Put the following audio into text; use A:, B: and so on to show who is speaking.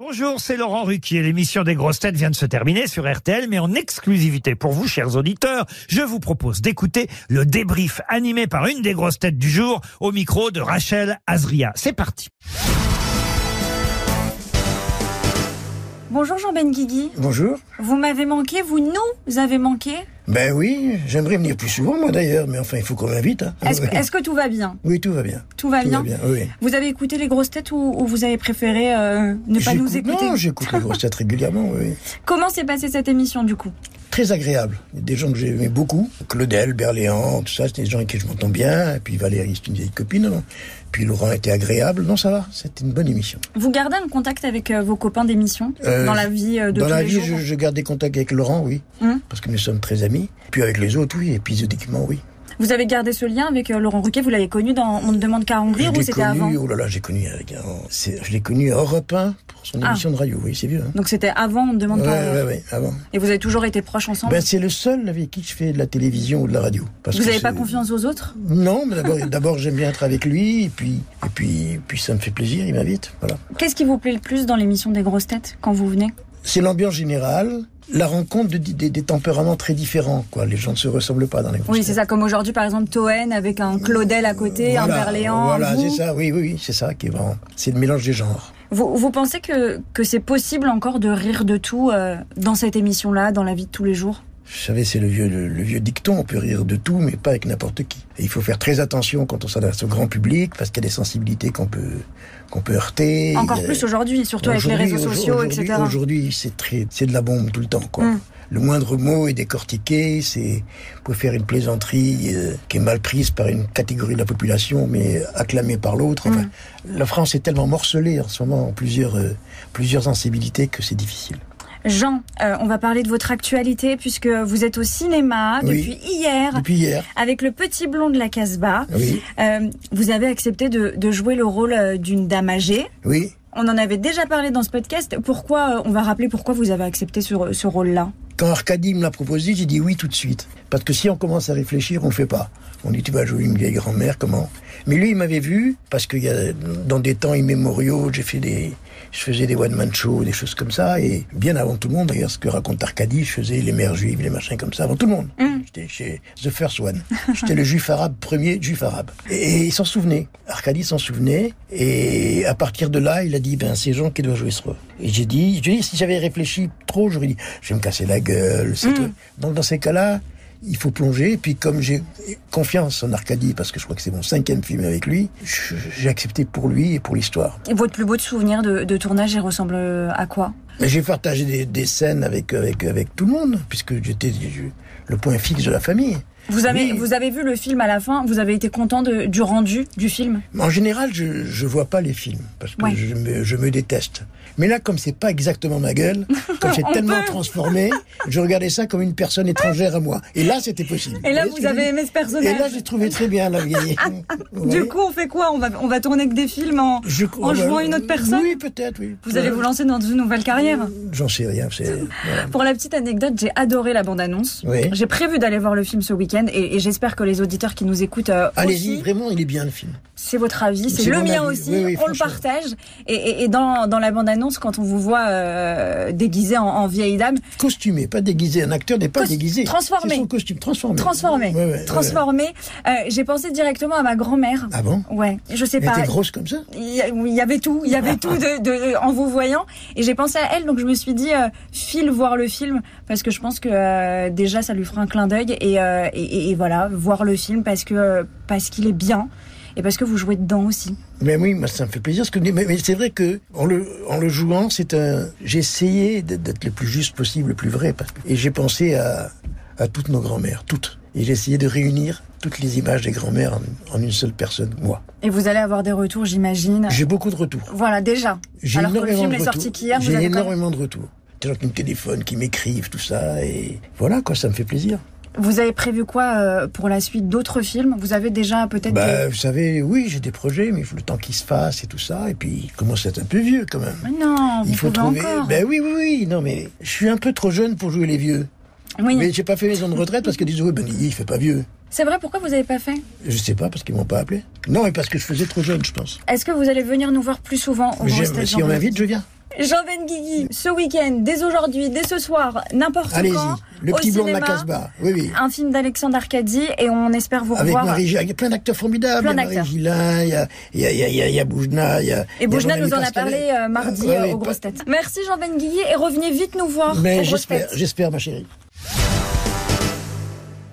A: Bonjour, c'est Laurent Ruquier. L'émission des grosses têtes vient de se terminer sur RTL, mais en exclusivité pour vous, chers auditeurs, je vous propose d'écouter le débrief animé par une des grosses têtes du jour au micro de Rachel Azria. C'est parti.
B: Bonjour Jean Benguigui.
C: Bonjour.
B: Vous m'avez manqué, vous nous avez manqué.
C: Ben oui, j'aimerais venir plus souvent, moi d'ailleurs, mais enfin, il faut qu'on m'invite. hein.
B: Est-ce
C: oui.
B: que, est-ce que tout va bien
C: Oui, tout va bien.
B: Tout va bien.
C: oui.
B: Vous avez écouté les grosses têtes ou, ou vous avez préféré euh, ne pas nous
C: J'écoute-
B: écouter
C: Non, j'écoute les grosses têtes régulièrement, oui.
B: Comment s'est passée cette émission du coup
C: Très agréable. Il y a Des gens que j'aimais beaucoup. Claudel, Berléand, tout ça, c'était des gens avec qui je m'entends bien. Et puis Valérie, c'est une vieille copine. non Puis Laurent était agréable. Non, ça va, c'était une bonne émission.
B: Vous gardez un contact avec euh, vos copains d'émission
C: Euh,
B: dans la vie euh, de
C: Dans
B: tous
C: la
B: les
C: vie,
B: jours
C: je, je garde des contacts avec Laurent, oui.
B: Hum.
C: Parce que nous sommes très amis. Puis avec les autres, oui. Épisodiquement, oui.
B: Vous avez gardé ce lien avec euh, Laurent Ruquet, vous l'avez connu dans On ne demande qu'à en rire
C: je
B: ou
C: l'ai
B: c'était avant
C: connu, oh là là, j'ai connu, avec un- c'est- je l'ai connu à Europe 1 pour son
B: Ah.
C: émission de radio, oui, c'est vieux. Hein.
B: Donc c'était avant On ne demande
C: Ouais,
B: qu'à en
C: ouais,
B: rire.
C: ouais, avant.
B: Et vous avez toujours été proches ensemble
C: Ben, c'est le seul avec qui je fais de la télévision ou de la radio. Parce
B: Vous
C: que
B: n'avez pas
C: c'est-
B: confiance aux autres
C: Non, mais d'abord, d'abord j'aime bien être avec lui, et puis, et puis, et puis ça me fait plaisir, il m'invite. Voilà.
B: Qu'est-ce qui vous plaît le plus dans l'émission des grosses têtes quand vous venez
C: C'est l'ambiance générale, la rencontre de, des, des tempéraments très différents. Quoi. Les gens ne se ressemblent pas dans les
B: Oui, c'est ça, comme aujourd'hui, par exemple, Toen avec un Claudel à côté,
C: Voilà,
B: un Berléand.
C: Voilà,
B: vous.
C: c'est ça, oui, oui, oui, c'est ça qui est vraiment. C'est le mélange des genres.
B: Vous, vous pensez que, que c'est possible encore de rire de tout euh, dans cette émission-là, dans la vie de tous les jours
C: Vous savez, c'est le vieux, le, le vieux dicton, on peut rire de tout, mais pas avec n'importe qui. Et il faut faire très attention quand on s'adresse au grand public, parce qu'il y a des sensibilités qu'on peut, qu'on peut heurter.
B: Encore
C: Il y a-
B: plus aujourd'hui, surtout avec les
C: euh, Aujourd'hui,
B: réseaux
C: aujourd'hui,
B: sociaux,
C: aujourd'hui,
B: etc.
C: Aujourd'hui, c'est très, c'est de la bombe tout le temps, quoi.
B: Mm.
C: Le moindre mot est décortiqué, c'est, vous pouvez faire une plaisanterie euh, qui est mal prise par une catégorie de la population, mais acclamée par l'autre.
B: Hmm.
C: Enfin, La France est tellement morcelée en ce moment, en plusieurs, euh, plusieurs sensibilités, que c'est difficile.
B: Jean, euh, on va parler de votre actualité, puisque vous êtes au cinéma
C: Oui.
B: depuis hier,
C: Depuis hier,
B: avec le petit blond de la Casbah.
C: oui,
B: Euh, vous avez accepté de, de jouer le rôle euh, d'une dame âgée.
C: oui.
B: On en avait déjà parlé dans ce podcast. Pourquoi euh, On va rappeler pourquoi vous avez accepté ce, ce rôle-là.
C: Quand Arcadie me l'a proposé, j'ai dit oui tout de suite. Parce que si on commence à réfléchir, on ne fait pas. On dit tu vas jouer une vieille grand-mère, comment Mais lui, il m'avait vu, parce que dans des temps immémoriaux, j'ai fait des, je faisais des one-man shows, des choses comme ça. Et bien avant tout le monde, d'ailleurs, ce que raconte Arcadie, je faisais les mères juives, les machins comme ça, avant tout le monde. J'étais chez The First One. J'étais le juif arabe, premier juif arabe. Et il s'en souvenait. Arcadie s'en souvenait. Et à partir de là, il a dit, ben, c'est Jean qui doit jouer ce rôle. Et j'ai dit, j'ai dit, si j'avais réfléchi trop, j'aurais dit, je vais me casser la gueule. c'est tout. Donc, dans ces cas-là, il faut plonger. Et puis, comme j'ai confiance en Arcadie, parce que je crois que c'est mon cinquième film avec lui, je- j'ai accepté pour lui et pour l'histoire.
B: Et votre plus beau de souvenir de, de tournage, il ressemble euh, à quoi
C: Mais j'ai partagé des, des scènes avec, avec, avec tout le monde, puisque j'étais je- le point fixe de la famille.
B: vous avez,
C: Oui.
B: vous avez vu le film à la fin, vous avez été content de- du rendu du film
C: En général, je ne vois pas les films parce que
B: Ouais.
C: je, me, je me déteste. Mais là, comme c'est pas exactement ma gueule, comme c'est
B: On
C: tellement
B: peut.
C: transformé, je regardais ça comme une personne étrangère à moi. Et là, c'était possible.
B: Et là,
C: voyez ce
B: vous
C: que je
B: avez
C: veux dire
B: aimé ce personnage.
C: Et là, j'ai trouvé très bien la vieille. Vous
B: Du
C: voyez
B: coup, on fait quoi on va, on va tourner que des films en,
C: Je-
B: en
C: ah,
B: jouant
C: bah,
B: une autre personne
C: Oui, peut-être, oui.
B: Vous allez vous lancer dans une nouvelle carrière
C: J'en sais rien. c'est- voilà.
B: Pour la petite anecdote, j'ai adoré la bande-annonce.
C: Oui.
B: J'ai prévu d'aller voir le film ce week-end et, et j'espère que les auditeurs qui nous écoutent euh,
C: Allez-y,
B: aussi,
C: vraiment, il est bien le film.
B: c'est votre avis, c'est
C: C'est
B: le
C: mon
B: mien
C: avis.
B: aussi,
C: Oui, oui,
B: on le
C: franchement.
B: partage. Et, et- et dans, dans la bande-annonce, quand on vous voit euh, déguisé en, en vieille dame,
C: Costumé, pas déguisé. Un acteur n'est pas
B: Cos-
C: déguisé.
B: transformé.
C: C'est son costume, transformé.
B: transformée,
C: Ouais, ouais, ouais.
B: transformée, euh, j'ai pensé directement à ma grand-mère.
C: Ah bon
B: Ouais, je sais
C: Elle
B: pas.
C: était grosse comme ça
B: il y a- oui, il y avait tout, il y avait tout de, de- en vous voyant. Et j'ai pensé à elle, donc je me suis dit, euh, file voir le film, parce que je pense que euh, déjà, ça lui fera un clin d'œil. Et, euh, et, et- et voilà, voir le film parce que euh, parce qu'il est bien. Et parce que vous jouez dedans aussi.
C: Mais oui, moi, ça me fait plaisir. Parce que, mais, mais c'est vrai que en le, en le jouant, c'est un. J'ai essayé d'être d'être le plus juste possible, le plus vrai. Parce que, et j'ai pensé à, à toutes nos grand-mères, toutes. Et j'ai essayé de réunir toutes les images des grand-mères en, en une seule personne, moi.
B: Et vous allez avoir des retours, j'imagine.
C: J'ai beaucoup de retours.
B: Voilà, déjà.
C: J'ai
B: Alors que le
C: énormément
B: film
C: de
B: est
C: retours.
B: sorti qu'hier, vous
C: J'ai
B: avez quand même-
C: énormément de retours. Des gens qui me téléphonent, qui m'écrivent, tout ça. Et voilà, quoi, ça me fait plaisir.
B: Vous avez prévu quoi euh, pour la suite d'autres films Vous avez déjà peut-être.
C: Bah,
B: des-
C: vous savez, oui, j'ai des projets, mais il faut le temps qu'ils se fassent et tout ça. Et puis, je commence à être un peu vieux quand même.
B: Mais non, vous
C: Il faut
B: pouvez
C: trouver.
B: encore.
C: Ben oui, oui, oui. Non, mais je suis un peu trop jeune pour jouer les vieux.
B: oui,
C: Mais j'ai pas fait maison de retraite parce qu'ils disent oui, ben il fait pas vieux.
B: c'est vrai. Pourquoi vous n'avez pas fait
C: Je sais pas parce qu'ils m'ont pas appelé. Non, mais parce que je faisais trop jeune, je pense.
B: Est-ce que vous allez venir nous voir plus souvent au
C: Mais
B: Grand
C: j'aime-
B: Stade
C: si on
B: Jean-Baptiste
C: m'invite, je viens.
B: Jean Benguigui, ce week-end, dès aujourd'hui, dès ce soir, n'importe
C: Allez-y,
B: quand.
C: le
B: au
C: petit blond de la
B: cinéma,
C: Casbah. Oui, oui.
B: Un film d'Alexandre Arcadie et on espère vous
C: Avec
B: revoir.
C: Marie Gillard. Il y a plein d'acteurs formidables.
B: Plein
C: il y a Marie
B: d'acteurs.
C: Gillard, il y a, il y a, il y a, il y a, il y a Boujna, il y a. il y
B: Et
C: a
B: Boujna
C: Madame
B: nous en a
C: Castaldi.
B: parlé euh, mardi
C: Ouais,
B: euh,
C: ouais,
B: aux
C: pas-
B: grosses têtes. Merci Jean Benguigui et revenez vite nous voir aux
C: Mais
B: grosses
C: j'espère,
B: têtes.
C: j'espère, ma chérie.